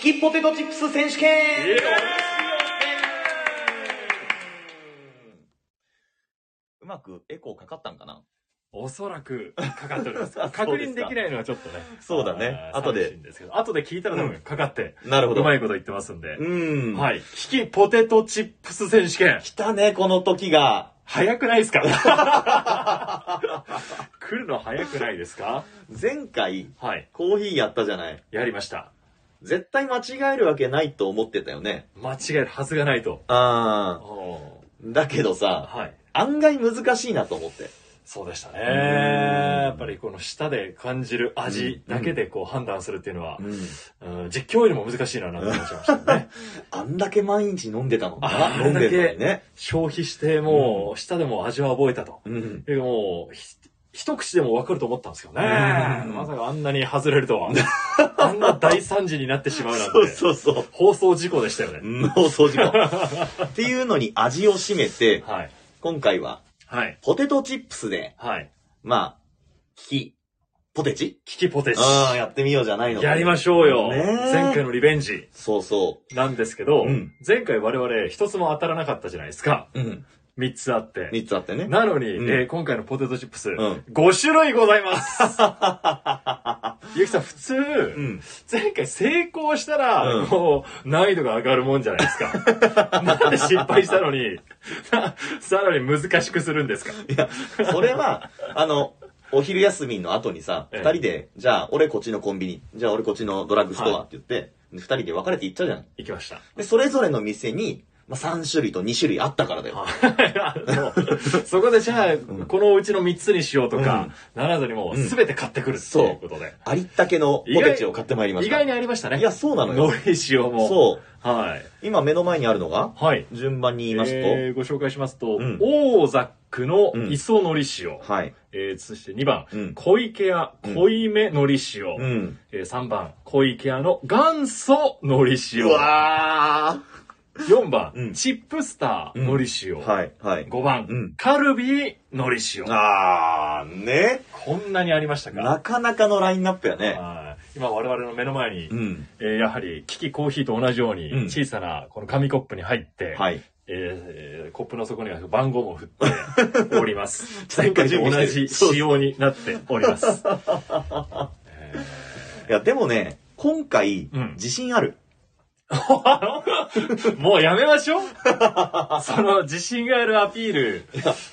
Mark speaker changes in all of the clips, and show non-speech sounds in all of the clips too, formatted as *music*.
Speaker 1: キポテトチップス選手権うまくエコーかかったんかな
Speaker 2: おそらくかかっております。
Speaker 1: *laughs* そうですか
Speaker 2: 確認できないのはちょっとね。
Speaker 1: そうだね
Speaker 2: あー
Speaker 1: 後で
Speaker 2: 寂しいんですけど後で聞いたら多分かかって、
Speaker 1: なるほ
Speaker 2: う
Speaker 1: ど。
Speaker 2: ま
Speaker 1: う
Speaker 2: いこと言ってますんで。
Speaker 1: ん。い。
Speaker 2: はい。キキポテトチップス選手権。
Speaker 1: 来たね、この時が。
Speaker 2: 早くないですか *laughs* 来るの早くないですか
Speaker 1: 前回、
Speaker 2: はい。
Speaker 1: コーヒーやったじゃない。
Speaker 2: やりました。
Speaker 1: 絶対間違えるわけないと思ってたよね。
Speaker 2: 間違えるはずがないと。
Speaker 1: あー。だけどさ、
Speaker 2: はい。
Speaker 1: 案外難しいなと思って。
Speaker 2: そうでしたね。
Speaker 1: ん
Speaker 2: やっぱりこの舌で感じる味だけでこう判断するっていうのは、うん実況よりも難しいななんて思っちゃいました *laughs* ね。
Speaker 1: あんだけ毎日飲んでたの
Speaker 2: あ
Speaker 1: かな
Speaker 2: あ
Speaker 1: 飲
Speaker 2: ん
Speaker 1: ん
Speaker 2: だけ
Speaker 1: でたのね。
Speaker 2: 消費してもう舌でも味は覚えたと。
Speaker 1: うん。
Speaker 2: でもう、ひ一口でも分かると思ったんですけどね。
Speaker 1: うん
Speaker 2: まさかあんなに外れる *laughs* とは。あんな大惨事になってしまうなんて。
Speaker 1: そうそうそう。
Speaker 2: 放送事故でしたよ
Speaker 1: *laughs*
Speaker 2: ね。
Speaker 1: うん放送事故。っていうのに味を占めて、
Speaker 2: はい。
Speaker 1: 今回は、
Speaker 2: はい。
Speaker 1: ポテトチップスで、
Speaker 2: はい。
Speaker 1: まあ、キ、ポテチ
Speaker 2: キキポテチ。
Speaker 1: ああ、やってみようじゃないの。
Speaker 2: やりましょうよ。
Speaker 1: ねえ
Speaker 2: 前回のリベンジ
Speaker 1: そうそ
Speaker 2: なんですけど、
Speaker 1: うん
Speaker 2: 前回我々一つも当たらなかったじゃないですか。
Speaker 1: う。うん。
Speaker 2: 三つあって。
Speaker 1: 3つあってね。
Speaker 2: *laughs* なのに、
Speaker 1: うん
Speaker 2: えー今回のポテトチップス、
Speaker 1: ん
Speaker 2: 5種類ござ
Speaker 1: *laughs*
Speaker 2: います。ゆきさん、普通、
Speaker 1: うん。
Speaker 2: 前回成功したら、
Speaker 1: うん
Speaker 2: こう、難易度が上がるもんじゃないで
Speaker 1: *laughs*
Speaker 2: すか。なんで失敗したのに、 *laughs* ささらに難しくするんですか。
Speaker 1: いや、それは、あの、お昼休みの後にさ、
Speaker 2: ええ
Speaker 1: 二人で、じゃあ俺こっちのコンビニ、じゃあ俺こっちのドラッグストア
Speaker 2: は
Speaker 1: って言って、二人で別れて行ったじゃん。
Speaker 2: いきました。
Speaker 1: で、それぞれの店に、まあ、3種類と2種類あったからだよ。
Speaker 2: あのそこでじゃあ、このうちの3つにしようとか、ならずにもう全て買ってくるっていうことで。
Speaker 1: ありったけのポテチを買ってまいりまし
Speaker 2: 意
Speaker 1: た。
Speaker 2: 外にありましたね。
Speaker 1: いやそうなのよ
Speaker 2: 海苔塩も。
Speaker 1: そう。
Speaker 2: はい。
Speaker 1: 今目の前にあるのが、
Speaker 2: はい。
Speaker 1: 順番に言いますと、
Speaker 2: えーご紹介しますと、
Speaker 1: うん
Speaker 2: 大ザックの
Speaker 1: うん
Speaker 2: 磯のり塩、
Speaker 1: はい。
Speaker 2: えーそして2番、
Speaker 1: うん
Speaker 2: 小池屋濃いめのり塩、
Speaker 1: うん。
Speaker 2: えー3番、小池屋の元祖のり塩
Speaker 1: う、わ
Speaker 2: 4番、
Speaker 1: うん
Speaker 2: チップスターのり塩、
Speaker 1: ーはい、はい。
Speaker 2: 5番、
Speaker 1: うん
Speaker 2: カルビーのり塩。
Speaker 1: あー、ね。
Speaker 2: こんなにありました
Speaker 1: な
Speaker 2: か。
Speaker 1: かなかのラインナップやね。
Speaker 2: はい今我々の目の前に、
Speaker 1: うん。
Speaker 2: えーやはり、キキコーヒーと同じように、
Speaker 1: うん
Speaker 2: 小さなこの紙コップに入って、
Speaker 1: はい。
Speaker 2: えーコップの底には番号も振っております。
Speaker 1: *laughs* ちゃ
Speaker 2: 前
Speaker 1: んと
Speaker 2: 回
Speaker 1: 準
Speaker 2: と
Speaker 1: 備
Speaker 2: 同
Speaker 1: して
Speaker 2: じ
Speaker 1: るそう
Speaker 2: 仕様になっております。
Speaker 1: いや、でもね、今回、
Speaker 2: うん
Speaker 1: 自信ある。
Speaker 2: もうやめましょう *laughs* その自信があるアピール。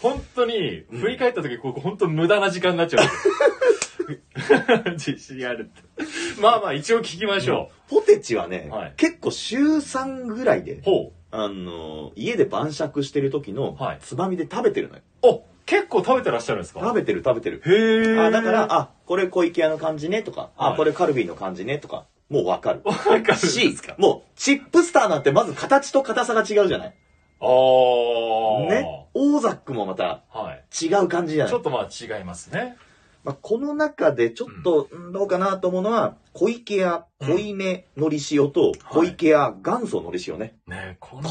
Speaker 2: 本当に、振り返った時、ここ本当無駄な時間になっちゃう。 *laughs* 自信あるって。まあまあ、一応聞きましょ
Speaker 1: ポテチはね、
Speaker 2: はい
Speaker 1: 結構週3ぐらいで
Speaker 2: う。、ほ
Speaker 1: あのー家で晩酌してる時の
Speaker 2: はい、
Speaker 1: つまみで食べてるのよ。
Speaker 2: う。お、結構食べてらっしゃるんですか
Speaker 1: 食べてる食べてる。
Speaker 2: へえ。
Speaker 1: あ、だから、、あ、これ小池屋の感じねとか、
Speaker 2: は
Speaker 1: あ、
Speaker 2: い
Speaker 1: これカルビーの感じねとか、もうわかる。
Speaker 2: わかるんです
Speaker 1: し
Speaker 2: か、
Speaker 1: もう、チップスターなんてまず形と硬さが違うじゃない
Speaker 2: あー。
Speaker 1: ね。オーザックもまた
Speaker 2: はい。
Speaker 1: 違う感じじゃない
Speaker 2: ちょっとまあ違いますね。
Speaker 1: まあ、この中でちょっと、うんどうかなと思うのは、小池屋、濃いめのり塩と、小池屋、元祖のり塩ね。
Speaker 2: ね
Speaker 1: こ
Speaker 2: この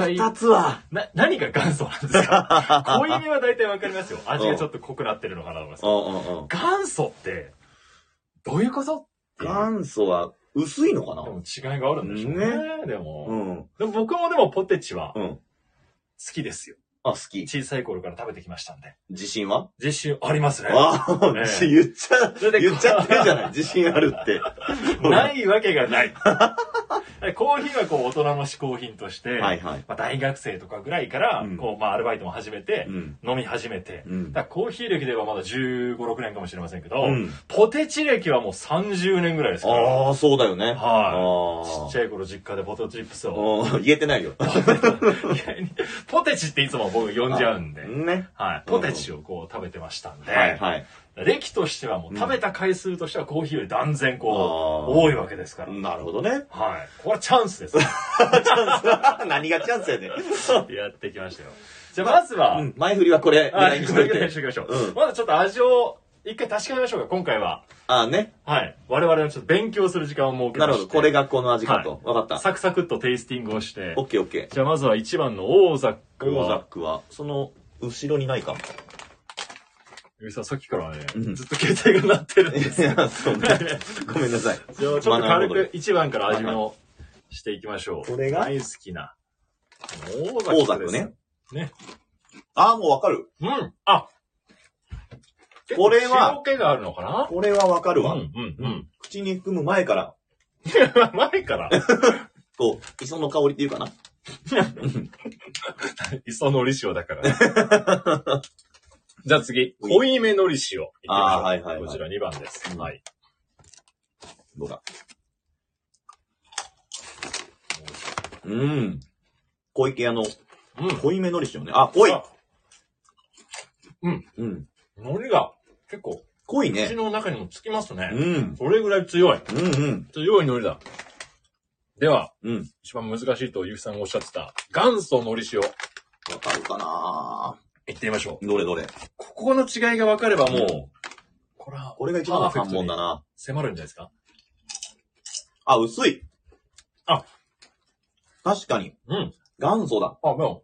Speaker 1: の
Speaker 2: 違い。
Speaker 1: 二つは、
Speaker 2: な、何が元祖なんです
Speaker 1: *laughs*
Speaker 2: か濃いめは大体わかりますよ。味がちょっと濃くなってるのかなと思います
Speaker 1: う。んうんうん。
Speaker 2: 元祖って、どういうことっていう
Speaker 1: 元祖は薄いのかな
Speaker 2: でも違いがあるんでしょうね。でも、
Speaker 1: うん。
Speaker 2: でも僕もでもポテチは好
Speaker 1: うん。
Speaker 2: きですよ。
Speaker 1: あ、好き。
Speaker 2: 小さい頃から食べてきましたんで。
Speaker 1: 自信は
Speaker 2: 自信ありますね。
Speaker 1: ああ、
Speaker 2: ね
Speaker 1: 言っちゃ、
Speaker 2: だって
Speaker 1: 言っちゃってるじゃ
Speaker 2: *laughs*
Speaker 1: ない。自信ある *laughs* って。
Speaker 2: ないわけ
Speaker 1: *laughs*
Speaker 2: がない。コーヒーはこう大人の嗜好品として、
Speaker 1: はいはい。
Speaker 2: まあ、大学生とかぐらいから、
Speaker 1: うん
Speaker 2: こう、まあ、アルバイトも始めて
Speaker 1: う、ん。
Speaker 2: 飲み始めて、
Speaker 1: うん
Speaker 2: だからコーヒー歴ではまだ15、6年かもしれませんけど、
Speaker 1: うん
Speaker 2: ポテチ歴はもう30年ぐらいですから。
Speaker 1: ああ、そうだよね。
Speaker 2: はい。ちっち
Speaker 1: ゃい。
Speaker 2: ゃい頃実家でポテトチップスを。
Speaker 1: うん言えてないよ。
Speaker 2: いやポテチっていつも僕呼んじゃうんで。
Speaker 1: *laughs* ね。
Speaker 2: はい。ポテチをこう食べてましたんで。
Speaker 1: はいはい。
Speaker 2: 歴としてはもう食べた回数としてはコーヒーより断然こう、
Speaker 1: あー
Speaker 2: 多いわけですから。
Speaker 1: なるほどね。
Speaker 2: はい。これはチャンスです。
Speaker 1: *laughs* 何がチャンス *laughs* やねん。
Speaker 2: やってきましたよ。じゃあまずは、
Speaker 1: うん前振りはこれ、
Speaker 2: は
Speaker 1: 狙い
Speaker 2: い、
Speaker 1: に
Speaker 2: こ
Speaker 1: しと
Speaker 2: れ
Speaker 1: い
Speaker 2: ぐらいに
Speaker 1: て
Speaker 2: し。ときましょう。
Speaker 1: うん
Speaker 2: まずちょっと味を一回確かめましょうか、今回は。
Speaker 1: ああね。
Speaker 2: はい。我々のちょっと勉強する時間を設け
Speaker 1: な
Speaker 2: まして。
Speaker 1: るほど。これがこの味か
Speaker 2: は
Speaker 1: と。わかった。
Speaker 2: サクサクっとテイスティングをして
Speaker 1: オ。ッケーオッケ
Speaker 2: じゃあまずは1番のオーザッ
Speaker 1: ー。
Speaker 2: ク
Speaker 1: オーザッ
Speaker 2: は。
Speaker 1: *laughs* クは、その、後ろにないか。
Speaker 2: ゆうさん、さっきからね、
Speaker 1: うん
Speaker 2: ずっと携帯が鳴ってるんです
Speaker 1: い
Speaker 2: よ。
Speaker 1: や、そうね。ごめんなさい。
Speaker 2: じゃあ、ちょっと軽く1番から味見をしていきましょう。
Speaker 1: これが
Speaker 2: 大好きな、
Speaker 1: 大
Speaker 2: 大
Speaker 1: 作
Speaker 2: 作
Speaker 1: ね
Speaker 2: ね。。
Speaker 1: ああ、もうわかる。
Speaker 2: うん。あ
Speaker 1: これは
Speaker 2: 結構塩気があるのかな
Speaker 1: これはわかるわ。
Speaker 2: うん、うん、うん。
Speaker 1: 口に含む前から、
Speaker 2: *laughs* 前から、
Speaker 1: こう、磯の香りっていうかな。
Speaker 2: 磯のり塩だから
Speaker 1: *laughs*
Speaker 2: ね。じゃあ次、濃いめのり塩。いきましょう
Speaker 1: あーはいはいはい
Speaker 2: こちら2番です。
Speaker 1: うん
Speaker 2: はい。
Speaker 1: どうだ。うん。小池屋の
Speaker 2: うん。
Speaker 1: 濃いめのりしよね。あ、濃い
Speaker 2: あ
Speaker 1: うん。
Speaker 2: 海苔が結構、
Speaker 1: 濃い
Speaker 2: 口
Speaker 1: ね。
Speaker 2: の中にもつきます
Speaker 1: う
Speaker 2: ね。
Speaker 1: ん。
Speaker 2: それぐらい強い。
Speaker 1: うんうん。
Speaker 2: 強い海苔だ。では、
Speaker 1: うん。
Speaker 2: 一番難しいとゆうきさんがおっしゃってた、元祖海苔塩。
Speaker 1: わかるかない
Speaker 2: ってみましょう。
Speaker 1: どれどれ。
Speaker 2: ここの違いが分かればもう、これは、
Speaker 1: これが一番の
Speaker 2: パー
Speaker 1: 関
Speaker 2: フェクト
Speaker 1: 門
Speaker 2: に
Speaker 1: だな。
Speaker 2: 迫るんじゃないですか
Speaker 1: あ、薄い。
Speaker 2: あ。
Speaker 1: 確かに。
Speaker 2: うん。
Speaker 1: 元祖だ。
Speaker 2: あ、でも、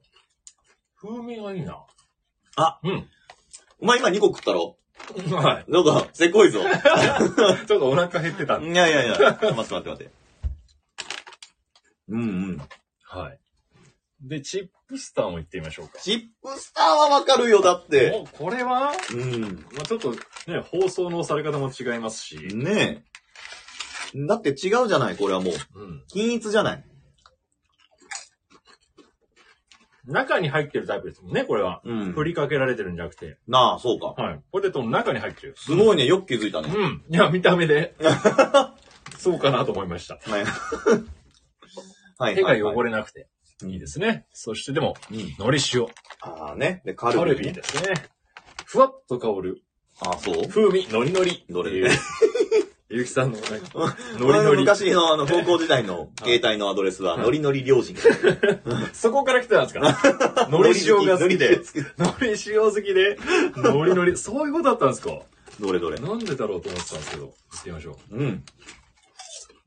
Speaker 2: 風味がいいな。
Speaker 1: あ、
Speaker 2: うん。
Speaker 1: お前今2個食ったろ
Speaker 2: はい。
Speaker 1: なんか、せこい
Speaker 2: *laughs*
Speaker 1: ぞ。
Speaker 2: ちょっとお腹減ってたんで。
Speaker 1: いやいやいや。待って待って待って。うんうん。
Speaker 2: はい。で、チップスターもいってみましょうか。
Speaker 1: チップスターはわかるよ、だって。
Speaker 2: おこれは、
Speaker 1: うん。
Speaker 2: まあ、ちょっとね、放送のされ方も違いますし、
Speaker 1: ねえ。だって違うじゃない、これはもう。
Speaker 2: うん。
Speaker 1: 均一じゃない。
Speaker 2: 中に入ってるタイプですもんね、これは。
Speaker 1: うん
Speaker 2: 振りかけられてるんじゃなくて。
Speaker 1: なあ、そうか。
Speaker 2: はい。ポテトの中に入ってる。
Speaker 1: すごいね、よく気づいたね。
Speaker 2: うん。いや、見た目 *laughs* で。そうかなと思いました。
Speaker 1: はいはい。
Speaker 2: 手が
Speaker 1: はい
Speaker 2: 汚れなくていいですね。そしてでも、
Speaker 1: うん。
Speaker 2: 海苔塩。
Speaker 1: ああね。で、カ
Speaker 2: カル
Speaker 1: ルビ
Speaker 2: ビー
Speaker 1: ね。
Speaker 2: ですね。ふわっと香る
Speaker 1: ああ、そう
Speaker 2: 風味、ノリノリ。
Speaker 1: どれ
Speaker 2: っていう *laughs* ゆうきさんの、 *laughs* ね、ノ
Speaker 1: 俺
Speaker 2: リ
Speaker 1: の
Speaker 2: ノリ。
Speaker 1: 昔のあの、高校時代の携帯のアドレスは、ノリノリ両人。
Speaker 2: そこから来てたんです *laughs* かノリ塩が好き
Speaker 1: ノ
Speaker 2: で。
Speaker 1: リ好
Speaker 2: ノリ塩好きで、ノリノリ。そういうことだったんですか
Speaker 1: きどれどれ。
Speaker 2: なんでだろうと思ってたんですけど、行ってみましょ
Speaker 1: うん。
Speaker 2: う。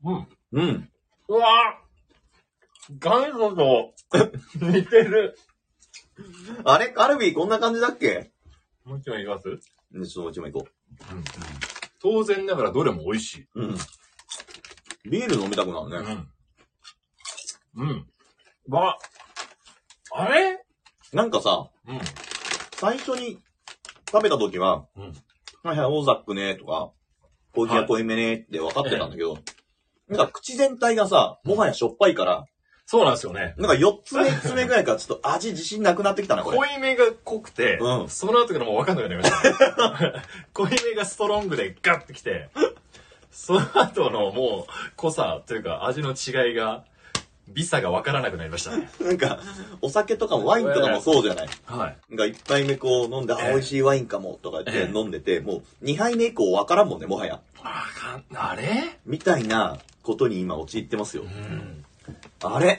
Speaker 2: うん。
Speaker 1: うん。
Speaker 2: うわぁ元祖と似てる。
Speaker 1: あれカルビーこんな感じだっけ
Speaker 2: もう一枚いきます
Speaker 1: うんちょっともう一枚行こ
Speaker 2: 当然ながらどれも美味しい。
Speaker 1: う。うん。ビール飲みたくなるね。
Speaker 2: うん。うん。わ、あれ
Speaker 1: なんかさ、
Speaker 2: うん。
Speaker 1: 最初に食べた時は、
Speaker 2: うん。
Speaker 1: はいはい、オーザックね、とか、コーヒーは濃いめね、って分かってたんだけど、なんか口全体がさ、もはやしょっぱいから、
Speaker 2: そうなんですよね。
Speaker 1: なんか4つ目、5つ目ぐらいからちょっと味自信なくなってきたな、これ。
Speaker 2: 濃いめが濃くて、
Speaker 1: うん
Speaker 2: その後からもう分かんなくなりました。 *laughs* 濃いめがストロングでガッてきて、その後のもう濃さというか味の違いが、微差が分からなくなりましたね。
Speaker 1: なんか、お酒とかもワインとかもそうじゃない。
Speaker 2: はい。
Speaker 1: なんか1杯目こう飲んで、あ、
Speaker 2: ええ
Speaker 1: 美味しいワインかも、とか言っ
Speaker 2: え
Speaker 1: て
Speaker 2: え
Speaker 1: 飲んでて、もう2杯目以降わからんもんね、もはや。
Speaker 2: あかん、あれ
Speaker 1: みたいなことに今陥ってますよ
Speaker 2: う。ん。
Speaker 1: あれ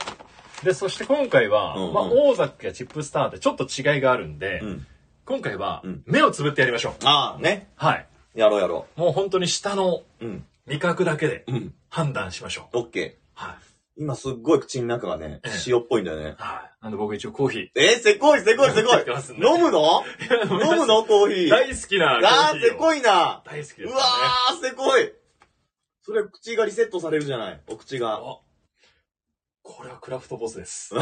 Speaker 2: で、そして今回は、
Speaker 1: うんうん
Speaker 2: まあ、オーザックやチップスターってちょっと違いがあるんで、
Speaker 1: うん。
Speaker 2: 今回は
Speaker 1: うん、
Speaker 2: 目をつぶってやりましょう。
Speaker 1: ああ、ね。
Speaker 2: はい。
Speaker 1: やろうやろ
Speaker 2: もう本当に下の
Speaker 1: う。うん。
Speaker 2: 味覚だけで
Speaker 1: うん。
Speaker 2: 判断しましょ
Speaker 1: オ
Speaker 2: う。
Speaker 1: ッケー。
Speaker 2: はい。
Speaker 1: 今すっごい口の中がね
Speaker 2: ええ、
Speaker 1: 塩っぽいんだよね。
Speaker 2: はい。なんで僕一応コーヒー。
Speaker 1: えー、せこいせ
Speaker 2: *laughs*
Speaker 1: こいせこ
Speaker 2: やってます
Speaker 1: い。
Speaker 2: ね
Speaker 1: 飲む
Speaker 2: *laughs*
Speaker 1: の飲むのコーヒー。
Speaker 2: 大好きなコ
Speaker 1: あ
Speaker 2: ー
Speaker 1: ー、
Speaker 2: ヒー
Speaker 1: せ
Speaker 2: を。
Speaker 1: こいな。
Speaker 2: 大好きです、ね。
Speaker 1: うわー、せこい。それ、口がリセットされるじゃない。お口
Speaker 2: *laughs*
Speaker 1: が。
Speaker 2: あこれはクラフトボスです。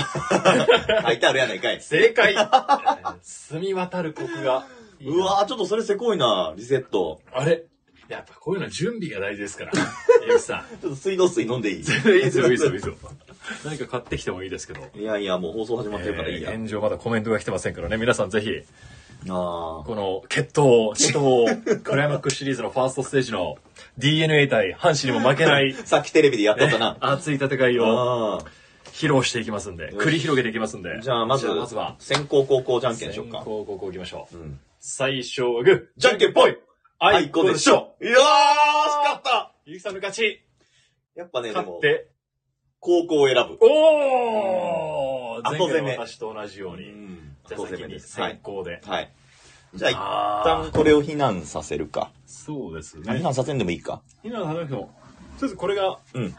Speaker 1: 書いてあるやないかい。
Speaker 2: 正 *laughs* 解えー澄み渡るコクが。いいな
Speaker 1: うわー、ちょっとそれせこいな、リセット。
Speaker 2: あれやっぱこういうのは準備が大事です *laughs* から。ゆうきさん。
Speaker 1: ちょっと水道水飲んでいい
Speaker 2: *laughs* いいですよ、いいですよ、いいですよ。 *laughs* 何か買ってきてもいいですけど。
Speaker 1: いやいや、もう放送始まってるからいいや。
Speaker 2: えー現状まだコメントが来てませんからね。皆さんぜひ、
Speaker 1: あー。
Speaker 2: この決闘、死闘、クライマックスシリーズのファーストステージの DNA 対阪神にも負
Speaker 1: *laughs*
Speaker 2: けない
Speaker 1: さっきテレビでやったか
Speaker 2: *laughs*
Speaker 1: な。
Speaker 2: 熱い戦いを
Speaker 1: あ
Speaker 2: 披露していきますんで、
Speaker 1: よし
Speaker 2: 繰り広げていきますんで。
Speaker 1: ー。じゃあ、まず、
Speaker 2: まずは、
Speaker 1: 先行後攻じゃんけん
Speaker 2: 先
Speaker 1: しよっ
Speaker 2: 行
Speaker 1: か。
Speaker 2: 後攻行きましょう。
Speaker 1: うん。
Speaker 2: 最初はグー、
Speaker 1: じゃんけんぽい
Speaker 2: あいこでしょ
Speaker 1: いやー、惜しかった
Speaker 2: ゆきさんの勝ち
Speaker 1: やっぱね、で
Speaker 2: 勝っ
Speaker 1: も、
Speaker 2: て、
Speaker 1: 高校を選ぶ。
Speaker 2: おー
Speaker 1: 後
Speaker 2: 前
Speaker 1: 攻め
Speaker 2: 回の私と同じように。
Speaker 1: ん
Speaker 2: じゃあ
Speaker 1: 後攻
Speaker 2: 先
Speaker 1: め
Speaker 2: に
Speaker 1: です。は
Speaker 2: 先
Speaker 1: い。
Speaker 2: 行で。
Speaker 1: はい。じゃあ、一
Speaker 2: あ
Speaker 1: 旦
Speaker 2: ー
Speaker 1: これを避難させるか。
Speaker 2: そうです
Speaker 1: 避
Speaker 2: ね。
Speaker 1: 難させんでもいいか。
Speaker 2: 今の話も、ちょっとこれが、
Speaker 1: うん。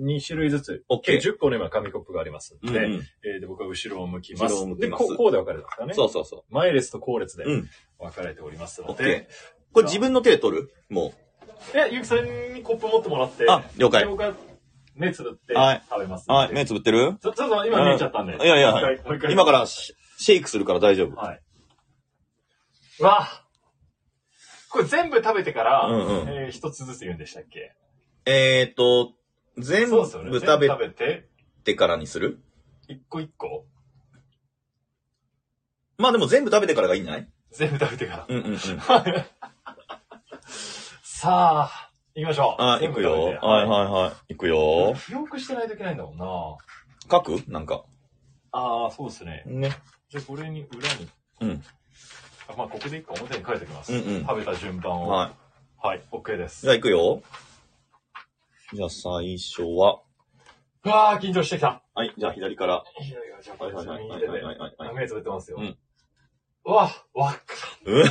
Speaker 2: 2種類ずつ、
Speaker 1: OK
Speaker 2: 計10個の今紙コップがありますんで、
Speaker 1: うん
Speaker 2: えーで僕は後ろを向きます。
Speaker 1: 後ろを向き
Speaker 2: で
Speaker 1: ます
Speaker 2: こう、こうで分かれてますからね。
Speaker 1: そうそうそ
Speaker 2: 前列と後列で
Speaker 1: う。うん。
Speaker 2: 分かれておりますの
Speaker 1: OK
Speaker 2: で、
Speaker 1: これ自分の手で取るも
Speaker 2: え、ゆうきさんにコップ持ってもらって、
Speaker 1: あ了解
Speaker 2: で僕は目つぶって
Speaker 1: はい
Speaker 2: 食べますん
Speaker 1: う。
Speaker 2: で。
Speaker 1: はい、目つぶってる
Speaker 2: ちょちょっと今見えちゃったんで。
Speaker 1: いやいや
Speaker 2: もう一回もう一回
Speaker 1: 今からシシェイクするから大丈夫。
Speaker 2: はい。うわあこれ全部食べてから、
Speaker 1: うんうん
Speaker 2: えー一つずつ言うんでしたっけ
Speaker 1: えーっと、全
Speaker 2: そう
Speaker 1: 部
Speaker 2: ですよね。
Speaker 1: 食べ
Speaker 2: 全部食べて、
Speaker 1: てからにする
Speaker 2: 一個一個
Speaker 1: まあでも全部食べてからがいいんじゃない
Speaker 2: 全部食べてから。
Speaker 1: うんうんう
Speaker 2: *laughs*
Speaker 1: ん。
Speaker 2: さあ、行きましょう。
Speaker 1: あ、
Speaker 2: 全
Speaker 1: 行
Speaker 2: 部
Speaker 1: く
Speaker 2: 食べ
Speaker 1: よ。
Speaker 2: て
Speaker 1: はいはいはい。行くよ。
Speaker 2: 記憶してないといけないんだもんな。
Speaker 1: 書くなんか。
Speaker 2: ああ、そうですね。
Speaker 1: ね。
Speaker 2: じゃあこれに裏に、
Speaker 1: うん。
Speaker 2: あまあここで一個表に書いておきます。
Speaker 1: うんうん
Speaker 2: 食べた順番を。
Speaker 1: はい。
Speaker 2: はい。OK です。
Speaker 1: じゃあ行くよ。じゃあ最初は。
Speaker 2: うわあ、緊張してきた。
Speaker 1: はい、じゃあ左から。
Speaker 2: いやいや、じゃあこ
Speaker 1: は
Speaker 2: れ
Speaker 1: いはいはい
Speaker 2: 右
Speaker 1: はいは
Speaker 2: 手で
Speaker 1: い。はいはい。
Speaker 2: 目つぶってますよ。
Speaker 1: うん
Speaker 2: うわあ、わっ
Speaker 1: うん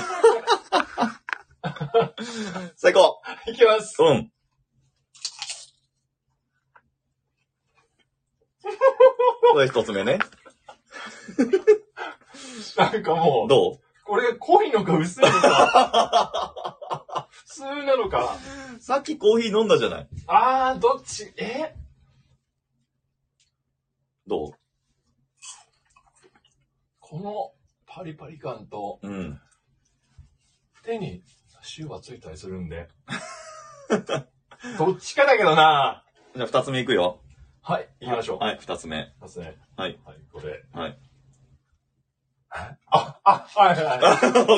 Speaker 1: 最高
Speaker 2: いきます。
Speaker 1: うん。これ一つ目ね。
Speaker 2: なんかもう、
Speaker 1: どう
Speaker 2: これが濃いのか薄いのか。
Speaker 1: *laughs*
Speaker 2: 普通なのか。
Speaker 1: さっきコーヒー飲んだじゃない
Speaker 2: あー、どっち、え
Speaker 1: ど
Speaker 2: このパリパリ感と
Speaker 1: ううん。
Speaker 2: 手に塩がついたりするんで。 *laughs* どっちかだけどな
Speaker 1: じゃあ二つ目いくよ。
Speaker 2: はい、行きましょう。い。
Speaker 1: はい、二つ目。
Speaker 2: ますね。
Speaker 1: はい。
Speaker 2: はい、これ。
Speaker 1: はい。
Speaker 2: あ、あ、はい
Speaker 1: *laughs* わ
Speaker 2: は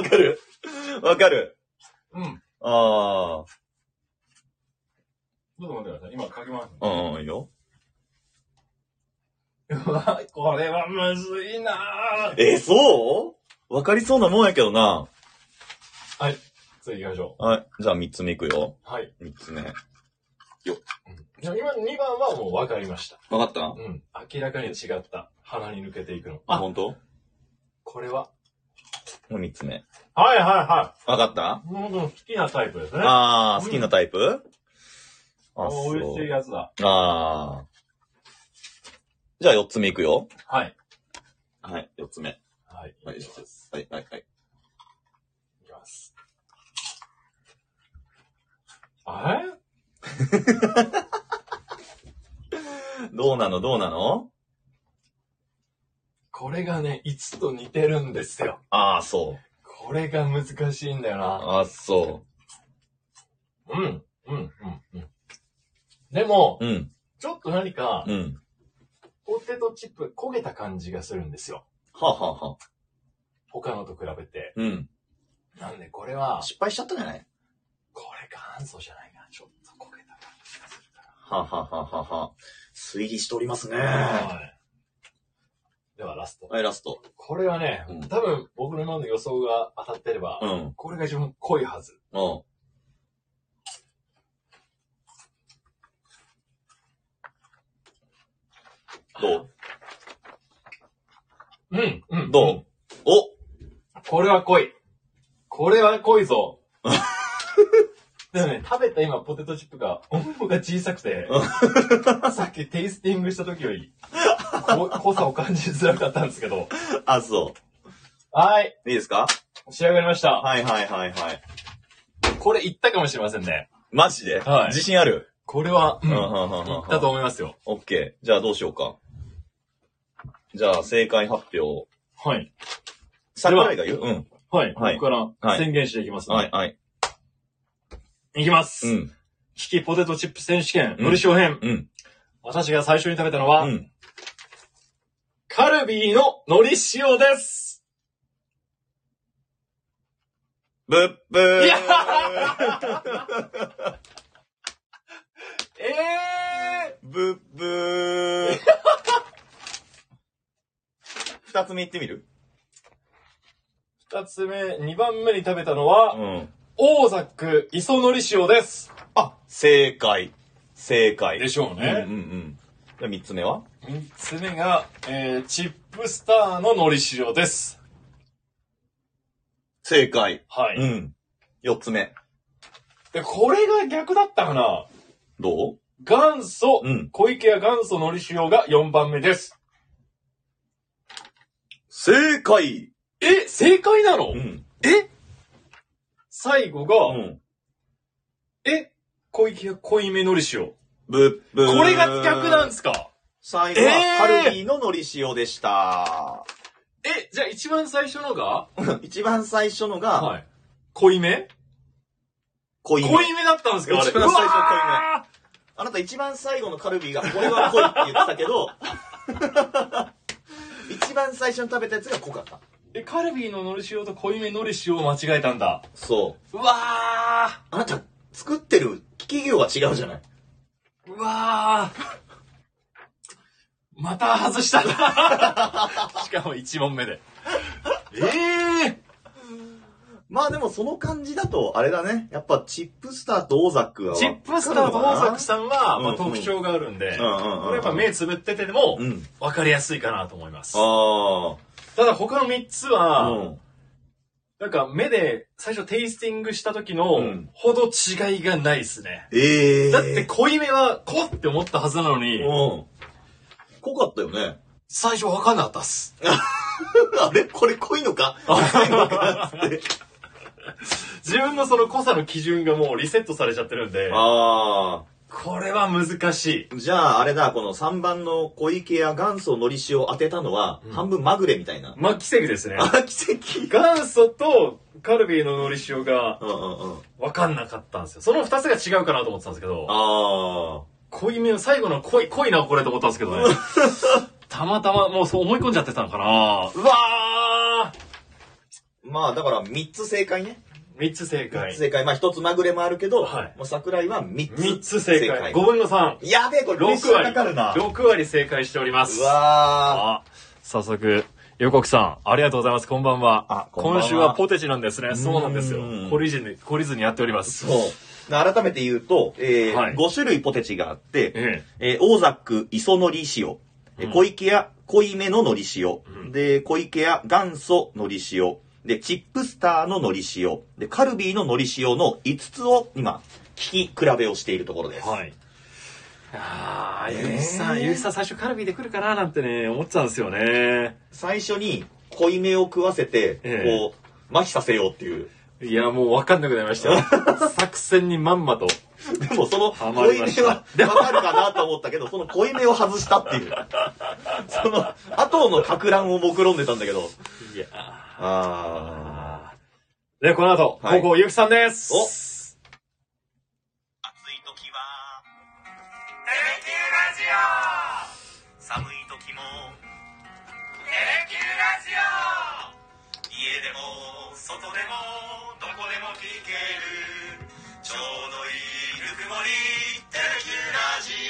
Speaker 1: かるわかる
Speaker 2: い。うん。
Speaker 1: あ
Speaker 2: ちょっと待ってください。今かけます。
Speaker 1: あ。うんうん、いいよ。
Speaker 2: うわ、これはむずいな
Speaker 1: えー、そうわかりそうなもんやけどな。
Speaker 2: はい。次行きましょ
Speaker 1: はい。じゃあ三つ目いくよ。
Speaker 2: う。はい。
Speaker 1: 三つ目。わ
Speaker 2: じゃあ今2番はもう分かりました。
Speaker 1: かった
Speaker 2: うん。明らかに違った。鼻に抜けていくの。
Speaker 1: あ、、ほんと
Speaker 2: これは。
Speaker 1: これ三つ目。
Speaker 2: はいはいは
Speaker 1: わかった
Speaker 2: い。うんうん好きなタイプですね。
Speaker 1: ああ、好きなタイプあ、
Speaker 2: お
Speaker 1: そう
Speaker 2: 美味しい。やつだ。
Speaker 1: ああ。じゃあ四つ目いくよ。
Speaker 2: はい。
Speaker 1: はい、四つ目。
Speaker 2: はい。
Speaker 1: はい
Speaker 2: いです。
Speaker 1: はい、はい、はい。
Speaker 2: いきます。あれ
Speaker 1: どうなのどうなの
Speaker 2: これがね、いつと似てるんですよ。
Speaker 1: ああ、そう。
Speaker 2: これが難しいんだよな。
Speaker 1: あ、そ
Speaker 2: うん。うん。うん。うん。でも、
Speaker 1: う。うん。
Speaker 2: ちょっと何か、
Speaker 1: うん。
Speaker 2: ポテトチップ焦げた感じがするんですよ。
Speaker 1: はあ、はあはあ、
Speaker 2: 他のと比べて。
Speaker 1: うん。
Speaker 2: なんでこれは、
Speaker 1: 失敗しちゃったんじゃない
Speaker 2: これがアンソじゃないかな。ちょっと焦げた感じがするか
Speaker 1: はあ、はあはあはあはあ、推理しておりますね。
Speaker 2: ら。
Speaker 1: は
Speaker 2: はい。ではラスト。
Speaker 1: い、ラスト。
Speaker 2: これはね、
Speaker 1: うん
Speaker 2: 多分僕の今の予想が当たってれば、
Speaker 1: うん。うん。
Speaker 2: これが自分濃いはず。
Speaker 1: ど
Speaker 2: うん、う。
Speaker 1: うんどうお
Speaker 2: これは濃い。これは濃
Speaker 1: *laughs*
Speaker 2: いぞ。でもね、食べた今ポテトチップが、温度が小さ
Speaker 1: *laughs*
Speaker 2: くて、さっきテイスティングした時より、こ *laughs* 濃さを感じづらかったんですけど。
Speaker 1: あ、そ
Speaker 2: はい、
Speaker 1: う。いいですか
Speaker 2: 仕上がりました。
Speaker 1: はいはいはいはい。
Speaker 2: これいったかもしれませんね。
Speaker 1: マジで
Speaker 2: はい
Speaker 1: 自信ある
Speaker 2: これは、
Speaker 1: う
Speaker 2: う、
Speaker 1: んん、う
Speaker 2: い
Speaker 1: ん、うん、うん。
Speaker 2: ったと思いますよ。
Speaker 1: オッケー。じゃあどうしようか。じゃあ正解発表。
Speaker 2: はい。
Speaker 1: 桜井が言ううん。
Speaker 2: はい。
Speaker 1: はい
Speaker 2: ここから宣言していきますの
Speaker 1: は
Speaker 2: で、
Speaker 1: い、はい。
Speaker 2: い。きます。
Speaker 1: うん、
Speaker 2: キキポテトチップ選手権、
Speaker 1: うん
Speaker 2: のりしお編。
Speaker 1: うん、
Speaker 2: 私が最初に食べたのは、
Speaker 1: うん。
Speaker 2: カルビーののり塩です。
Speaker 1: ブッブー
Speaker 2: いやええ
Speaker 1: *laughs* ブッブー二つ目言ってみる
Speaker 2: ー、二つ目、二番目に食べたのは、
Speaker 1: ん。
Speaker 2: オーザック磯のり塩です。
Speaker 1: あ、正解。正解。
Speaker 2: でしょう
Speaker 1: うんうんう
Speaker 2: ね。
Speaker 1: ん。じゃあ三つ目は
Speaker 2: 三、つ目が、えー、チップスターののり塩です。
Speaker 1: 正解。
Speaker 2: はい。
Speaker 1: うん。四つ目。
Speaker 2: で、これが逆だったかな
Speaker 1: どう
Speaker 2: 元祖、
Speaker 1: うん
Speaker 2: 小池屋元祖のりしおが4番目です。
Speaker 1: 正解
Speaker 2: え、正解なの、
Speaker 1: うん。
Speaker 2: え最後が、
Speaker 1: うん。
Speaker 2: え、小池屋濃いめのりしお。
Speaker 1: ブッブー
Speaker 2: これが逆なんですか
Speaker 1: 最後は
Speaker 2: えー、
Speaker 1: カルビーののり塩でした。 *laughs*
Speaker 2: え、じゃあ一番最初のが、
Speaker 1: 一番最初のが、
Speaker 2: はい。濃いめ
Speaker 1: 濃いめ
Speaker 2: 濃いめだったんですかあれ。
Speaker 1: 一番最初
Speaker 2: うわ
Speaker 1: あなた一番最後のカルビーが、これは濃いって言ってたけど、 *laughs* 一番最初に食べたやつが濃かった。
Speaker 2: ーえ、カルビーののりしおと濃いめのりしおを間違えたんだ。
Speaker 1: そう。
Speaker 2: うわ
Speaker 1: あなた、作ってる企業は違うじゃない。
Speaker 2: ーうわーまた外した
Speaker 1: *laughs*
Speaker 2: しかも1問目で。ええ
Speaker 1: まあでもその感じだと、あれだね。やっぱチップスターとオーザックは。
Speaker 2: チップスターと大作さんは、まあ、
Speaker 1: うんうん
Speaker 2: 特徴があるんで、
Speaker 1: うんうんうんうん
Speaker 2: これやっぱ目つぶっててでも
Speaker 1: うん。
Speaker 2: 分かりやすいかなと思います。
Speaker 1: あ
Speaker 2: ただ他の3つ
Speaker 1: あ。
Speaker 2: は、
Speaker 1: うん。
Speaker 2: なんか目で最初テイスティングした時の
Speaker 1: うん
Speaker 2: ほど違いがないですね。
Speaker 1: ええー。
Speaker 2: だって濃いめは濃って思ったはずなのに、
Speaker 1: うん。濃かったよね。
Speaker 2: 最初分かんなかったっす。
Speaker 1: *laughs* あれこれ濃いのか濃いのかっつって。
Speaker 2: 自分のその濃さの基準がもうリセットされちゃってるんで、
Speaker 1: ああ。
Speaker 2: これは難しい。
Speaker 1: じゃあ、あれだ、この3番の小池や元祖のりしを当てたのは、
Speaker 2: うん
Speaker 1: 半分まぐれみたいな。
Speaker 2: まあ、奇跡ですね。
Speaker 1: あ、 *laughs* 奇跡。
Speaker 2: 元祖とカルビーののり塩が
Speaker 1: うんうんうん。
Speaker 2: 分かんなかったんですよ。その2つが違うかなと思ってたんですけど、
Speaker 1: あ
Speaker 2: 濃いめの最後の濃い、濃いなこれと思ったんですけどね。
Speaker 1: *laughs*
Speaker 2: たまたまもうそう思い込んじゃってたのかなうわー
Speaker 1: ー。まあ、だから3つ正解ね。
Speaker 2: !3 つ正
Speaker 1: 3
Speaker 2: 解
Speaker 1: つ。正解。まあ1つまぐれもあるけど、
Speaker 2: はい
Speaker 1: もう桜井は3つ。
Speaker 2: 3つ正解。5分の3。
Speaker 1: やべえ、これプレッシ
Speaker 2: 6
Speaker 1: ャーか
Speaker 2: 割。
Speaker 1: かるな。
Speaker 2: 6割正解しております。
Speaker 1: うわ
Speaker 2: あ、早速、横木さん、ありがとうございます。こんばんは。
Speaker 1: あこんばんは
Speaker 2: 今週はポテチなんですね。
Speaker 1: ん
Speaker 2: そうなんですよ。懲りずに、懲りずにやっておりま
Speaker 1: ー。
Speaker 2: す。
Speaker 1: そう。な改めて言うと、えー
Speaker 2: はい
Speaker 1: 5種類ポテチがあって、
Speaker 2: え
Speaker 1: えー、大ザック、磯のり塩、えー
Speaker 2: うん
Speaker 1: 小池屋、濃いめののり塩、
Speaker 2: うん
Speaker 1: で、小池屋、元祖のり塩、で、チップスターののり塩、で、カルビーののり塩の5つを今、聞き比べをしているところで
Speaker 2: え
Speaker 1: す。
Speaker 2: はい。ああ、
Speaker 1: え
Speaker 2: ゆ
Speaker 1: ー
Speaker 2: うきさん、ゆうきさん最初カルビーで来るかななんてね、思ってたんですよね。
Speaker 1: 最初に濃いめを食わせて、
Speaker 2: ええ
Speaker 1: こう、麻痺させようっていう。 *laughs*
Speaker 2: いや、もうわかんなくなりましたよ。作戦にまんまと。
Speaker 1: でもその
Speaker 2: はま
Speaker 1: 濃い
Speaker 2: りま
Speaker 1: め
Speaker 2: した
Speaker 1: はわかるかなと思ったけど、その濃いめを外したってい
Speaker 2: *laughs*
Speaker 1: う。その、後の格乱を目論んでたんだけど。
Speaker 2: いや
Speaker 1: あー。
Speaker 2: ーで、この後、
Speaker 1: はい
Speaker 2: 高校ゆうきさんです。
Speaker 1: お暑い時は「テレキュラジオ」寒い時も「テレキュラジオ」家でも外でもどこでも聞けるちょうどいいぬくもり「テレキ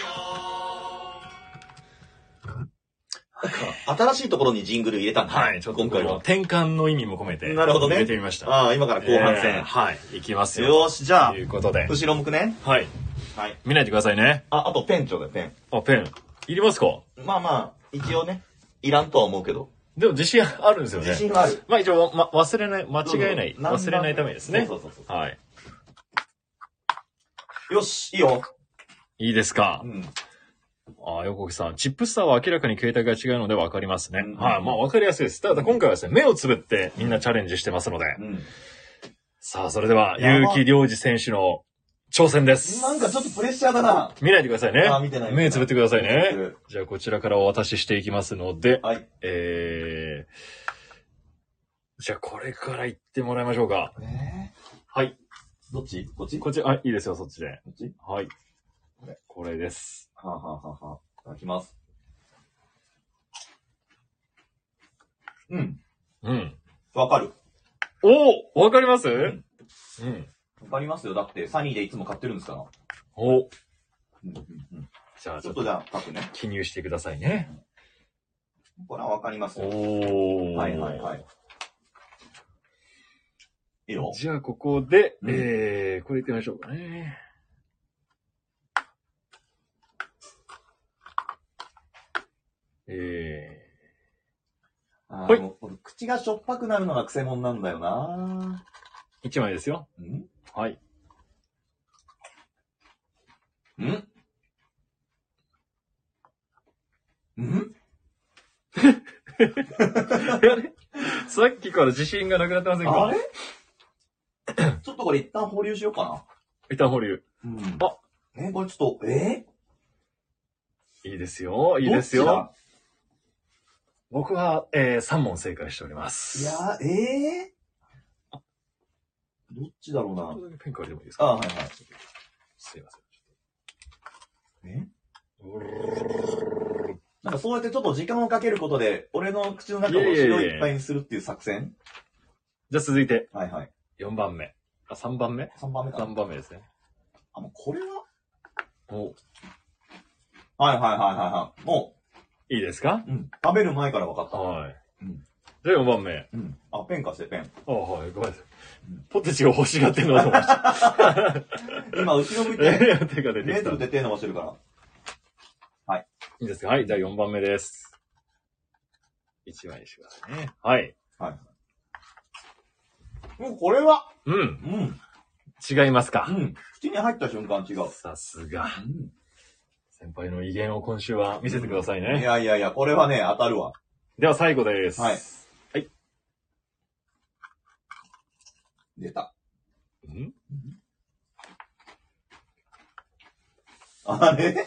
Speaker 1: ュラジオ」新しいところにジングル入れたんだ、
Speaker 2: はい、ちょっと
Speaker 1: 今回は。
Speaker 2: 転換の意味も込めて、
Speaker 1: なるほどね。
Speaker 2: 入れてみました。
Speaker 1: ああ、今から後半
Speaker 2: えー
Speaker 1: 戦。
Speaker 2: はい、行きますよ。
Speaker 1: よーし、じゃあ
Speaker 2: とい、うことで。
Speaker 1: 後ろ向くね。
Speaker 2: はい。
Speaker 1: はい。
Speaker 2: 見ないでくださいね。
Speaker 1: あ、あとペンちょうだい、ペン。
Speaker 2: あ、ペン。いりますか
Speaker 1: まあまあ、一応ね、いらんとは思うけど。
Speaker 2: でも自信あるんですよ
Speaker 1: 自
Speaker 2: ね。
Speaker 1: 信はある。
Speaker 2: まあ一応、ま、忘れない、間違えない、
Speaker 1: どうぞ
Speaker 2: 忘れないためですね
Speaker 1: そう。そうそうそ
Speaker 2: はい。
Speaker 1: う。よし、いいよ。
Speaker 2: いいですか
Speaker 1: うん。
Speaker 2: ああ、横木さん。チップスターは明らかに携帯が違うので分かりますね
Speaker 1: う。ん
Speaker 2: はい。まあ分かりやすいです。ただ今回はですね、目をつぶってみんなチャレンジしてますので。
Speaker 1: うん。
Speaker 2: さあ、それでは、
Speaker 1: やば
Speaker 2: 結城良二選手の挑戦です。
Speaker 1: なんかちょっとプレッシャーだな。
Speaker 2: 見ないでくださいね。
Speaker 1: あー見てない
Speaker 2: 目つぶってください
Speaker 1: 見て
Speaker 2: ね
Speaker 1: る。
Speaker 2: じゃあこちらからお渡ししていきますので、
Speaker 1: はい。
Speaker 2: えー、じゃあこれから行ってもらいましょうか。
Speaker 1: えー、
Speaker 2: はい。
Speaker 1: どっちこっちこ
Speaker 2: こっち、あ、いいですよ、そっちで。
Speaker 1: っち
Speaker 2: はい
Speaker 1: これ。
Speaker 2: これです。
Speaker 1: はあ、はあはあはあ、いただきます。うん。
Speaker 2: うん。
Speaker 1: わかる。
Speaker 2: おわかりますうんん。
Speaker 1: わかりますよ。だって、サニーでいつも買ってるんですから。う
Speaker 2: お
Speaker 1: んうんうん。
Speaker 2: じゃあ
Speaker 1: ち
Speaker 2: ち
Speaker 1: ょ
Speaker 2: ょ
Speaker 1: っと
Speaker 2: っと
Speaker 1: じゃあ、書くね。
Speaker 2: 記入してくださいね。
Speaker 1: これはわかります
Speaker 2: お
Speaker 1: よ。
Speaker 2: ー。
Speaker 1: はいはいはい。。いいよ。
Speaker 2: じゃあここで、
Speaker 1: うん
Speaker 2: えー、これ行ってみましょうかね。え
Speaker 1: あ
Speaker 2: はい
Speaker 1: ーでも俺口がしょっぱくなるのが癖もんなんだよな
Speaker 2: ー、1枚ですよ。
Speaker 1: ん
Speaker 2: はい。
Speaker 1: ん
Speaker 2: さっきから自信がなくなってません
Speaker 1: あ
Speaker 2: か
Speaker 1: れ *coughs* ちょっとこれ一旦保留しようか
Speaker 2: 一旦保留。
Speaker 1: な。うん
Speaker 2: あ
Speaker 1: え、これちょっと、え
Speaker 2: いいですよ、いいです
Speaker 1: ど
Speaker 2: よ。僕は、えー、3問正解しておりま
Speaker 1: い
Speaker 2: す。
Speaker 1: やー、えー、どっちだろうな。
Speaker 2: ペン借りてもいいですか
Speaker 1: あ、はいはい。
Speaker 2: すいません。
Speaker 1: えなんかそうやってちょっと時間をかけることで、俺の口の中を白いいっぱいにするっていう作戦
Speaker 2: じゃあ続いて、
Speaker 1: はいはい。
Speaker 2: 4番目。あ、3番目
Speaker 1: 3番目か
Speaker 2: ?3。番目ですね。
Speaker 1: あ、もうこれは
Speaker 2: お
Speaker 1: はいはいはいはいはい。も
Speaker 2: いいですか
Speaker 1: う、うん。食べる前から分かった。
Speaker 2: はい。
Speaker 1: うん
Speaker 2: じゃあ4番目。
Speaker 1: うん。あ、ペン貸してペン。
Speaker 2: あはい、ごめんなさい
Speaker 1: うん。
Speaker 2: ポテチが欲しがってるのかと思いました。
Speaker 1: 今、後ろ向い *laughs* て、
Speaker 2: え *laughs* 手が出て
Speaker 1: メ
Speaker 2: き
Speaker 1: ート
Speaker 2: た。
Speaker 1: ル
Speaker 2: い
Speaker 1: で手伸ばしてるから。
Speaker 2: いですかはい、じゃあ4番目です。1枚にしてくださいね。はい。
Speaker 1: もうこれは、
Speaker 2: うん。
Speaker 1: うん。
Speaker 2: 違います
Speaker 1: う
Speaker 2: か
Speaker 1: ん。口に入った瞬間違う。
Speaker 2: さすが。
Speaker 1: う
Speaker 2: 先輩の威厳を今週は見せてください
Speaker 1: ん。い
Speaker 2: ね。
Speaker 1: やいやいや、これはね、当たるわ。
Speaker 2: では最後です。
Speaker 1: はい。
Speaker 2: はい。
Speaker 1: 出た。
Speaker 2: ん
Speaker 1: あ *laughs* れ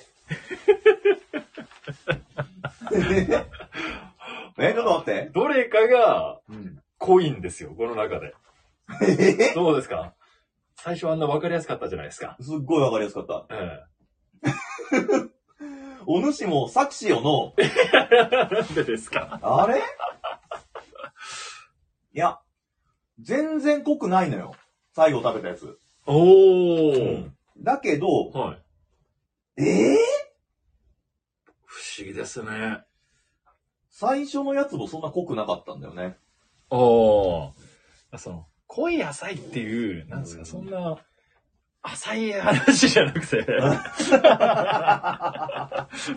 Speaker 1: え、ちょっと待って。
Speaker 2: どれかが
Speaker 1: うん。
Speaker 2: 濃いんですよ、この中で。
Speaker 1: え
Speaker 2: *laughs* どうですか最初あんな分かりやすかったじゃないですか。
Speaker 1: *laughs* すっごいわかりやすかった。
Speaker 2: うん。
Speaker 1: お主もサクシオの、
Speaker 2: なんでですか
Speaker 1: あれいや、全然濃くないのよ。最後食べたやつ。
Speaker 2: *laughs* おー、
Speaker 1: だけど、
Speaker 2: はい。
Speaker 1: ええ
Speaker 2: 不思議ですね。
Speaker 1: 最初のやつもそんな濃くなかったんだよね。
Speaker 2: おー。その、濃い浅いっていう、なんです
Speaker 1: う
Speaker 2: か、
Speaker 1: ん
Speaker 2: そんな、浅い話じゃなくて。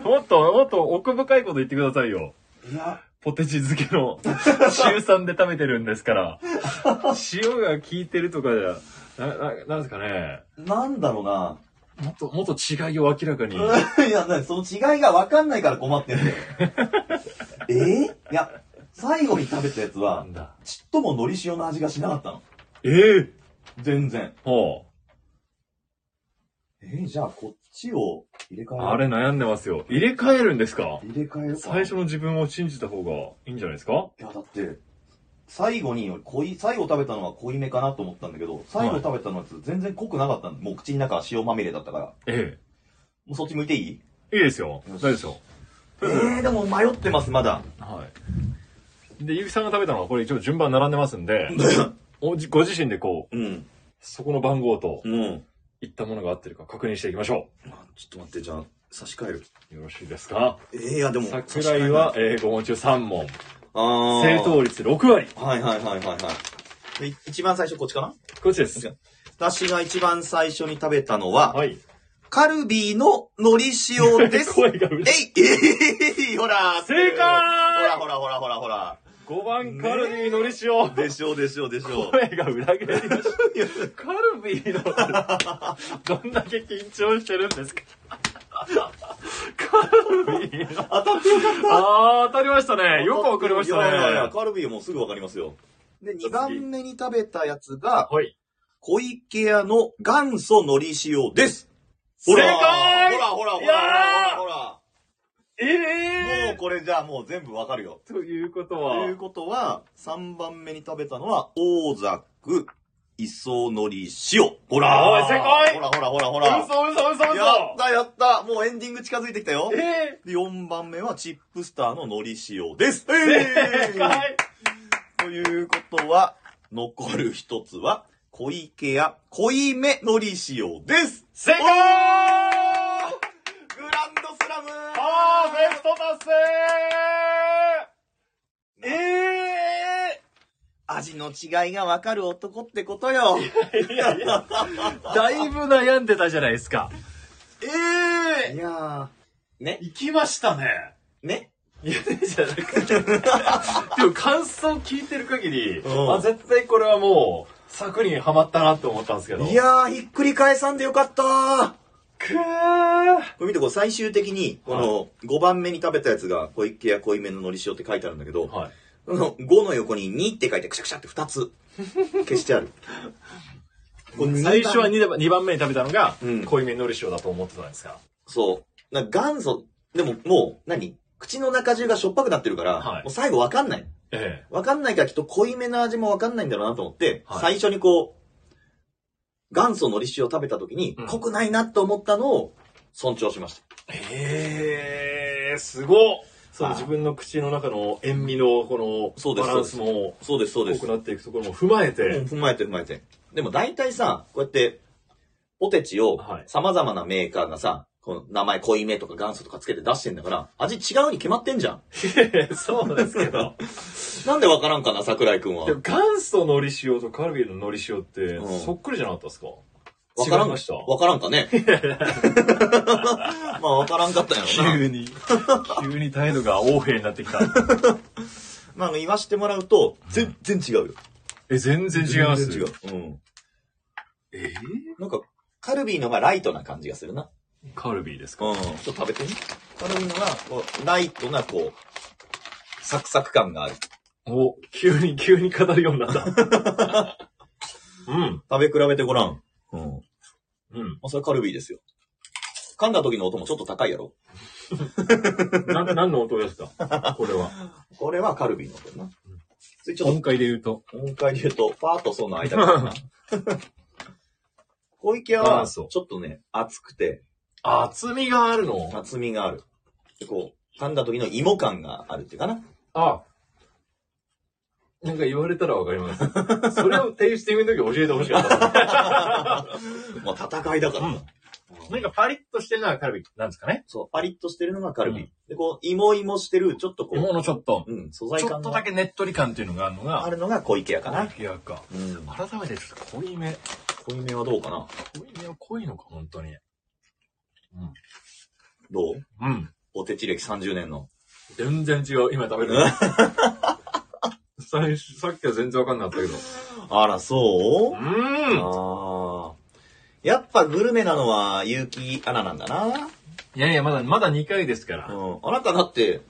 Speaker 2: *laughs* もっと、もっと奥深いこと言ってくださいよ。
Speaker 1: いや、
Speaker 2: ポテチ漬け *laughs* の週3で食べてるんですから。 *laughs* 塩が効いてるとかじゃ、な、な、なんですかね。
Speaker 1: なんだろうな。
Speaker 2: もっと、もっと違いを明らか
Speaker 1: *laughs*
Speaker 2: に。
Speaker 1: いや、なにその違いが分かんないから困ってんだよ。えーいや、最後に食べたやつ
Speaker 2: な
Speaker 1: は、
Speaker 2: んだ。
Speaker 1: ちっとも海苔塩の味がしなかったの。
Speaker 2: ええ
Speaker 1: 全然。
Speaker 2: ほ
Speaker 1: えーじゃあこっちを入れ替え
Speaker 2: う。
Speaker 1: よう
Speaker 2: あれ悩んでますよ。入れ替えるんですか
Speaker 1: 入れ替えようかな
Speaker 2: 最初の自分を信じた方がいいんじゃないですか
Speaker 1: いや、だって、最後に濃い、最後食べたのは濃いめかなと思ったんだけど、最後食べたのやつ全然濃くなかったの。もう口の中は塩まみれだったから。も
Speaker 2: え
Speaker 1: うそっち向いていい
Speaker 2: え。いいですよ。大
Speaker 1: よし
Speaker 2: 丈夫ですよ。
Speaker 1: えー、でも迷ってます、ま *laughs* だ。
Speaker 2: はい。で、ゆきさんが食べたのはこれ一応順番並んでますんで、おじご自身でこう、
Speaker 1: うん。
Speaker 2: そこの番号と
Speaker 1: うん。
Speaker 2: いったものが合ってるか確認していきましょ
Speaker 1: ちょっと待って、じゃあ、差し替える。
Speaker 2: う。よろしいですか
Speaker 1: えー、いや、でも、
Speaker 2: 桜井は、えー、5問中3問。
Speaker 1: あー
Speaker 2: 正答率6割。
Speaker 1: はいはいはいはいはい。でい一番最初こっちかな
Speaker 2: こっちです。
Speaker 1: 私が一番最初に食べたのは、
Speaker 2: はい。
Speaker 1: カルビーの海苔塩です。
Speaker 2: *laughs* 声がうるさい。
Speaker 1: えいえいほら
Speaker 2: 正解
Speaker 1: ほらほらほらほらほら。
Speaker 2: 5番カルビーのり塩。
Speaker 1: でしょうでしょうでしょう。
Speaker 2: 声が裏切られました。カルビーの、どんだけ緊張してるんですかカルビーの。
Speaker 1: *laughs* 当たってよかっ
Speaker 2: あー、当たりましたね。
Speaker 1: た。
Speaker 2: よくわかりましたね。
Speaker 1: いやいやいやカルビーもすぐわかりますよ。で、
Speaker 2: じゃ
Speaker 1: 2
Speaker 2: あ
Speaker 1: 番
Speaker 2: 次
Speaker 1: 目に食べたやつが、
Speaker 2: はい。
Speaker 1: 小池屋の元祖のり塩です。
Speaker 2: 正
Speaker 1: ほら
Speaker 2: 解
Speaker 1: ほらほらほ
Speaker 2: い
Speaker 1: ら
Speaker 2: やー
Speaker 1: ほらほらほら。もう
Speaker 2: え
Speaker 1: これじゃあもう全部わかるよ。
Speaker 2: ー、ということ
Speaker 1: と
Speaker 2: は、
Speaker 1: いうことは、3番目に食べたのは、大ザク、磯のり塩。ほ
Speaker 2: おい
Speaker 1: ら
Speaker 2: 正解
Speaker 1: ほらほらほらほら。
Speaker 2: 嘘嘘嘘
Speaker 1: やっ
Speaker 2: 嘘
Speaker 1: たやったもうエンディング近づいてきたよ。
Speaker 2: え
Speaker 1: で、4番目はチップスターののり塩です。
Speaker 2: ー、正解
Speaker 1: ということは、残る一つは、小池や濃いめのり塩です。
Speaker 2: 正解あ
Speaker 1: グランドスラム
Speaker 2: ー、ベスト達成えー
Speaker 1: 味の違いがわかる男ってことよ。
Speaker 2: いやいや、だいぶ悩んでたじゃないですか。え
Speaker 1: いやー。ね
Speaker 2: 行きましたね。
Speaker 1: ね
Speaker 2: いや、じゃなくて。でも感想聞いてる限り、
Speaker 1: うん
Speaker 2: あ、絶対これはもう、柵にはまったなって思ったんですけど。
Speaker 1: いやー、ひっくり返さんでよかったー。
Speaker 2: くー
Speaker 1: これ見て、こう最終的に、この5番目に食べたやつが、小池や濃いめののり塩って書いてあるんだけど、
Speaker 2: はい。
Speaker 1: この5の横に2って書いて、くしゃくしゃって2つ
Speaker 2: *laughs*
Speaker 1: 消してある。この
Speaker 2: 最初は
Speaker 1: 2
Speaker 2: 2, 番二番目に食べたのが、
Speaker 1: うん
Speaker 2: 濃いめのり塩だと思ってたんですか。
Speaker 1: そう。なんか元祖、でももう、何口の中中がしょっぱくなってるから、
Speaker 2: はい
Speaker 1: もう最後わかんない。
Speaker 2: え
Speaker 1: わかんないからきっと濃いめの味もわかんないんだろうなと思って、
Speaker 2: はい
Speaker 1: 最初にこう、元祖のり塩を食べた時に、
Speaker 2: うん
Speaker 1: 濃くないなと思ったのを尊重しました。
Speaker 2: え。ええ、すごっそ
Speaker 1: あ
Speaker 2: の
Speaker 1: ー
Speaker 2: 自分の口の中の塩味のこ
Speaker 1: そ
Speaker 2: の
Speaker 1: うです
Speaker 2: バランスも
Speaker 1: そうです、そうで
Speaker 2: 濃
Speaker 1: す
Speaker 2: く。なっていくところも踏まえ
Speaker 1: うん
Speaker 2: て、
Speaker 1: 踏まえて踏まえて。でも大体さ、こうやって、ポテチを
Speaker 2: はい
Speaker 1: 様々なメーカーがさ、この名前濃いめとか元祖とかつけて出してんだから、味違うに決まってんじゃん。
Speaker 2: そうですけど。
Speaker 1: なんでわからんかな、桜井くんは
Speaker 2: で。も元祖のり塩とカルビーののり塩って
Speaker 1: うん
Speaker 2: そっくりじゃなかったですか
Speaker 1: わから
Speaker 2: 違
Speaker 1: ん
Speaker 2: いました
Speaker 1: わからんか
Speaker 2: *laughs*
Speaker 1: ね。まあわからんかったんやろ
Speaker 2: *laughs*
Speaker 1: な。
Speaker 2: に、急に態度が横柄になってきた。
Speaker 1: まあ言わしてもらうと、全然違うよ。
Speaker 2: *laughs* え、全然違います。
Speaker 1: 全然違う。うん。
Speaker 2: え
Speaker 1: なんか、カルビーのがライトな感じがするな。
Speaker 2: ーカルビーですか
Speaker 1: うん。ちょっと食べてみ。カルビーのが、こう、ライトな、こう、サクサク感がある。
Speaker 2: お、急に、急に語るようになった。 *laughs* うん。
Speaker 1: 食べ比べてごらん。うん。
Speaker 2: うん。
Speaker 1: まあ、それカルビーですよ。噛んだ時の音もちょっと高いやろ
Speaker 2: な、何の音ですかこれは。
Speaker 1: これはカルビーの音だな。それちょっ
Speaker 2: 今回で言うと。
Speaker 1: と音階で言うと、パーッとその間
Speaker 2: *laughs*
Speaker 1: がな。小池
Speaker 2: あ
Speaker 1: は、
Speaker 2: あ
Speaker 1: ち
Speaker 2: そ
Speaker 1: ょ
Speaker 2: う
Speaker 1: っとね、厚くて、
Speaker 2: 厚みがあるの
Speaker 1: 厚みがある。でこう、噛んだ時の芋感があるっていうかな。
Speaker 2: あ。なんか言われたらわかります。それをテイスティングの時教えてほしかった。
Speaker 1: まあ、戦いだからな。
Speaker 2: うん *laughs* なんかパリッとしてるのはカルビなんですかね
Speaker 1: そう、パリッとしてるのがカルビー。
Speaker 2: う
Speaker 1: で、こう、芋芋してる、ちょっとこ
Speaker 2: 芋
Speaker 1: う、
Speaker 2: のちょっと、
Speaker 1: うん、素材
Speaker 2: ちょ
Speaker 1: 感
Speaker 2: っと
Speaker 1: が
Speaker 2: だけねっとり感っていうのがあるの
Speaker 1: あ
Speaker 2: が、
Speaker 1: るのが小池やかな。
Speaker 2: 小屋か。
Speaker 1: うん。
Speaker 2: 改めてちょっと濃いめ。
Speaker 1: 小梅はどうかな
Speaker 2: 濃いめは濃いのか、本当に。
Speaker 1: どう
Speaker 2: うん。
Speaker 1: お手ち歴30年の。
Speaker 2: 全然違う。今
Speaker 1: *laughs*
Speaker 2: 食べる。最初、さっきは全然わかんなかったけど。
Speaker 1: あら、そう
Speaker 2: うん。
Speaker 1: ああ。やっぱグルメなのは結城アナなんだな。
Speaker 2: いやいや、まだ、まだ2回ですから。
Speaker 1: うん。あなただって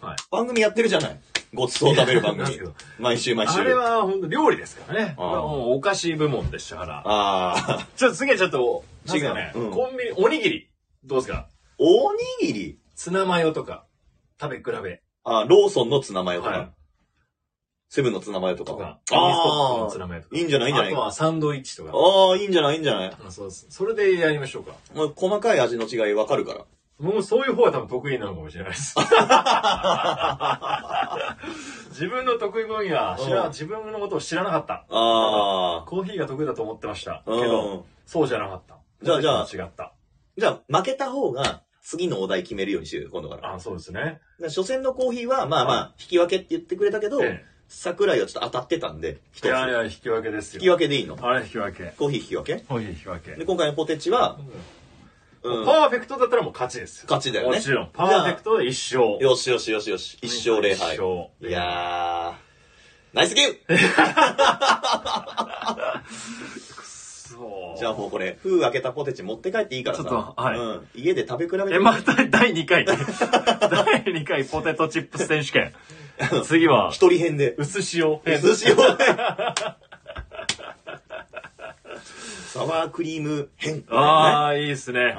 Speaker 2: はい、
Speaker 1: 番組やってるじゃない。ごちそう食べる番
Speaker 2: *laughs* なん
Speaker 1: 組
Speaker 2: ですけ。ど
Speaker 1: 毎週毎週。
Speaker 2: あれは本当料理ですからね。
Speaker 1: あ
Speaker 2: こ
Speaker 1: ー
Speaker 2: れはもうお菓子部門でしたから。
Speaker 1: ああ。
Speaker 2: ちょっと次はちょっと、
Speaker 1: 違う
Speaker 2: 違うね、
Speaker 1: うん
Speaker 2: コンビニ、おにぎり。どうですか
Speaker 1: おにぎり
Speaker 2: ツナマヨとか、食べ比べ。
Speaker 1: あローソンのツナマヨと
Speaker 2: は
Speaker 1: か
Speaker 2: い、。
Speaker 1: セブンのツナマヨと
Speaker 2: と
Speaker 1: かあ
Speaker 2: か。、ミニストップのツナマヨと
Speaker 1: あ。
Speaker 2: か。
Speaker 1: いいんじゃないいいんじゃな
Speaker 2: あ
Speaker 1: い
Speaker 2: とはサンドイッチとか。
Speaker 1: ああ、いいんじゃないいいんじゃない
Speaker 2: あそうです。それでやりましょうか。
Speaker 1: もう細かい味の違いわかるから。
Speaker 2: もうそういう方は多分得意なのかもしれな
Speaker 1: *laughs*
Speaker 2: いです。自分の得意分野は知
Speaker 1: うん
Speaker 2: ら、自分のことを知らなかった。
Speaker 1: ああ。
Speaker 2: コーヒーが得意だと思ってました。け
Speaker 1: う
Speaker 2: ど、
Speaker 1: ん。
Speaker 2: そうじゃなかった。
Speaker 1: じゃあじゃあ
Speaker 2: 違った。
Speaker 1: じゃあ、負けた方が次のお題決めるようにしてる、今度から。だか
Speaker 2: あ、そうですね。
Speaker 1: ら初戦のコーヒーは、まあまあ、引き分けって言ってくれたけど、
Speaker 2: え
Speaker 1: 桜井はちょっと当たってたんで、一つ。
Speaker 2: えいやい
Speaker 1: 引
Speaker 2: や、引き分けです
Speaker 1: き
Speaker 2: よ。
Speaker 1: 分けでいいの
Speaker 2: あれ引き分け。
Speaker 1: コーヒー引き分け
Speaker 2: コーヒー引き分け。
Speaker 1: で、今回のポテチは、うん、
Speaker 2: パーフェクトだったらもう勝ちですよ。
Speaker 1: 勝ちだよね
Speaker 2: もちろん。パーフェクトで一勝。
Speaker 1: よしよしよしよし。一勝0敗。
Speaker 2: 一勝。
Speaker 1: いやー、ナイスゲーム
Speaker 2: そう。
Speaker 1: じゃあもうこれ、封開けたポテチ持って帰っていいからさ。
Speaker 2: ちょっとはい
Speaker 1: うん。家で食べ比べ
Speaker 2: え、
Speaker 1: て。
Speaker 2: また第2回。第2回ポテトチップス選手権。次は、
Speaker 1: 一人編で。
Speaker 2: 薄塩編。
Speaker 1: 寿司をね。 *laughs* サワークリーム編。
Speaker 2: ああ、いいっすね。
Speaker 1: あー。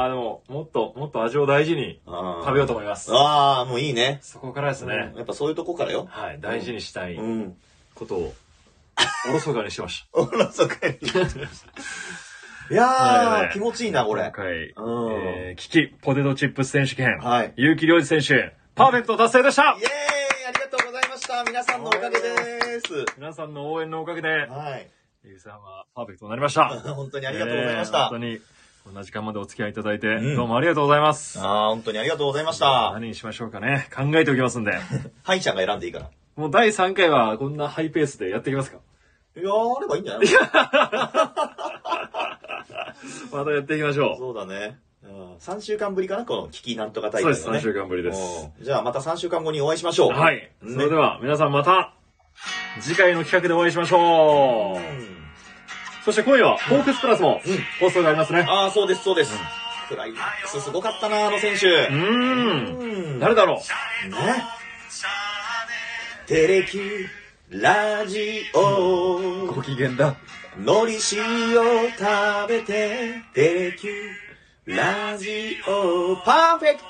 Speaker 2: ああ、でも、もっと、もっと味を大事に
Speaker 1: あー
Speaker 2: 食べようと思います。
Speaker 1: あー、もういいね。
Speaker 2: そこからですね。
Speaker 1: やっぱそういうとこからよ。
Speaker 2: はい、大事にしたいうこ
Speaker 1: ん。
Speaker 2: とを、おろそかにしてました。
Speaker 1: おろそかに。い
Speaker 2: はい
Speaker 1: や
Speaker 2: は
Speaker 1: ー、
Speaker 2: い
Speaker 1: 気持ちいいな、これ
Speaker 2: 今。回、
Speaker 1: うん
Speaker 2: えー、キキポテトチップス選手権、
Speaker 1: はい
Speaker 2: 結城良二選手、パーフェクト達成でした
Speaker 1: イエーイありがとうございました皆さんのおかげです
Speaker 2: 皆さんの応援のおかげで、
Speaker 1: はい。
Speaker 2: ゆうさんはパーフェクトになりました。
Speaker 1: 本当にありがとうございまし
Speaker 2: えー
Speaker 1: た。
Speaker 2: 本当に、こんな時間までお付き合いいただいて、
Speaker 1: ん
Speaker 2: どうもありがとうございます。
Speaker 1: ああ、本当にありがとうございました。
Speaker 2: 何にしましょうかね。考えておきますんで。
Speaker 1: 歯医者が選んでいいから。
Speaker 2: もう第3回はこんなハイペースでやっていきますか。
Speaker 1: いやー、あればいいんじゃない
Speaker 2: またやっていきましょ
Speaker 1: そうだね。うん、3週間ぶりかなこの、キキなんとか
Speaker 2: う。
Speaker 1: 大
Speaker 2: そ
Speaker 1: 会、ね。
Speaker 2: うです。3週間ぶりです。
Speaker 1: うんじゃあまた3週間後にお会いしましょう。
Speaker 2: はい。
Speaker 1: ね
Speaker 2: それでは皆さんまた次回の企画でお会いしましょう。
Speaker 1: うん
Speaker 2: そして今夜は、ホークスプラスも、放送がありますね。
Speaker 1: ああ、そうです、そうです。フライスすごかったな、あの選手
Speaker 2: う。ーん。
Speaker 1: うん
Speaker 2: 誰だろ
Speaker 3: ね
Speaker 1: ねテレキュラジ
Speaker 2: う
Speaker 1: オ
Speaker 2: ご機嫌だ。
Speaker 1: のりしを食べてテレキュラジオパーフェク
Speaker 2: こ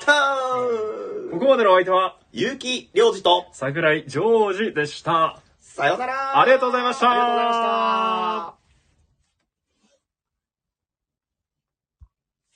Speaker 1: ト
Speaker 2: こまでのお相手は、
Speaker 1: 結城良二と
Speaker 2: 桜井ジョージでした。
Speaker 1: さよなら
Speaker 2: ありがとうございました
Speaker 1: ありがとうございました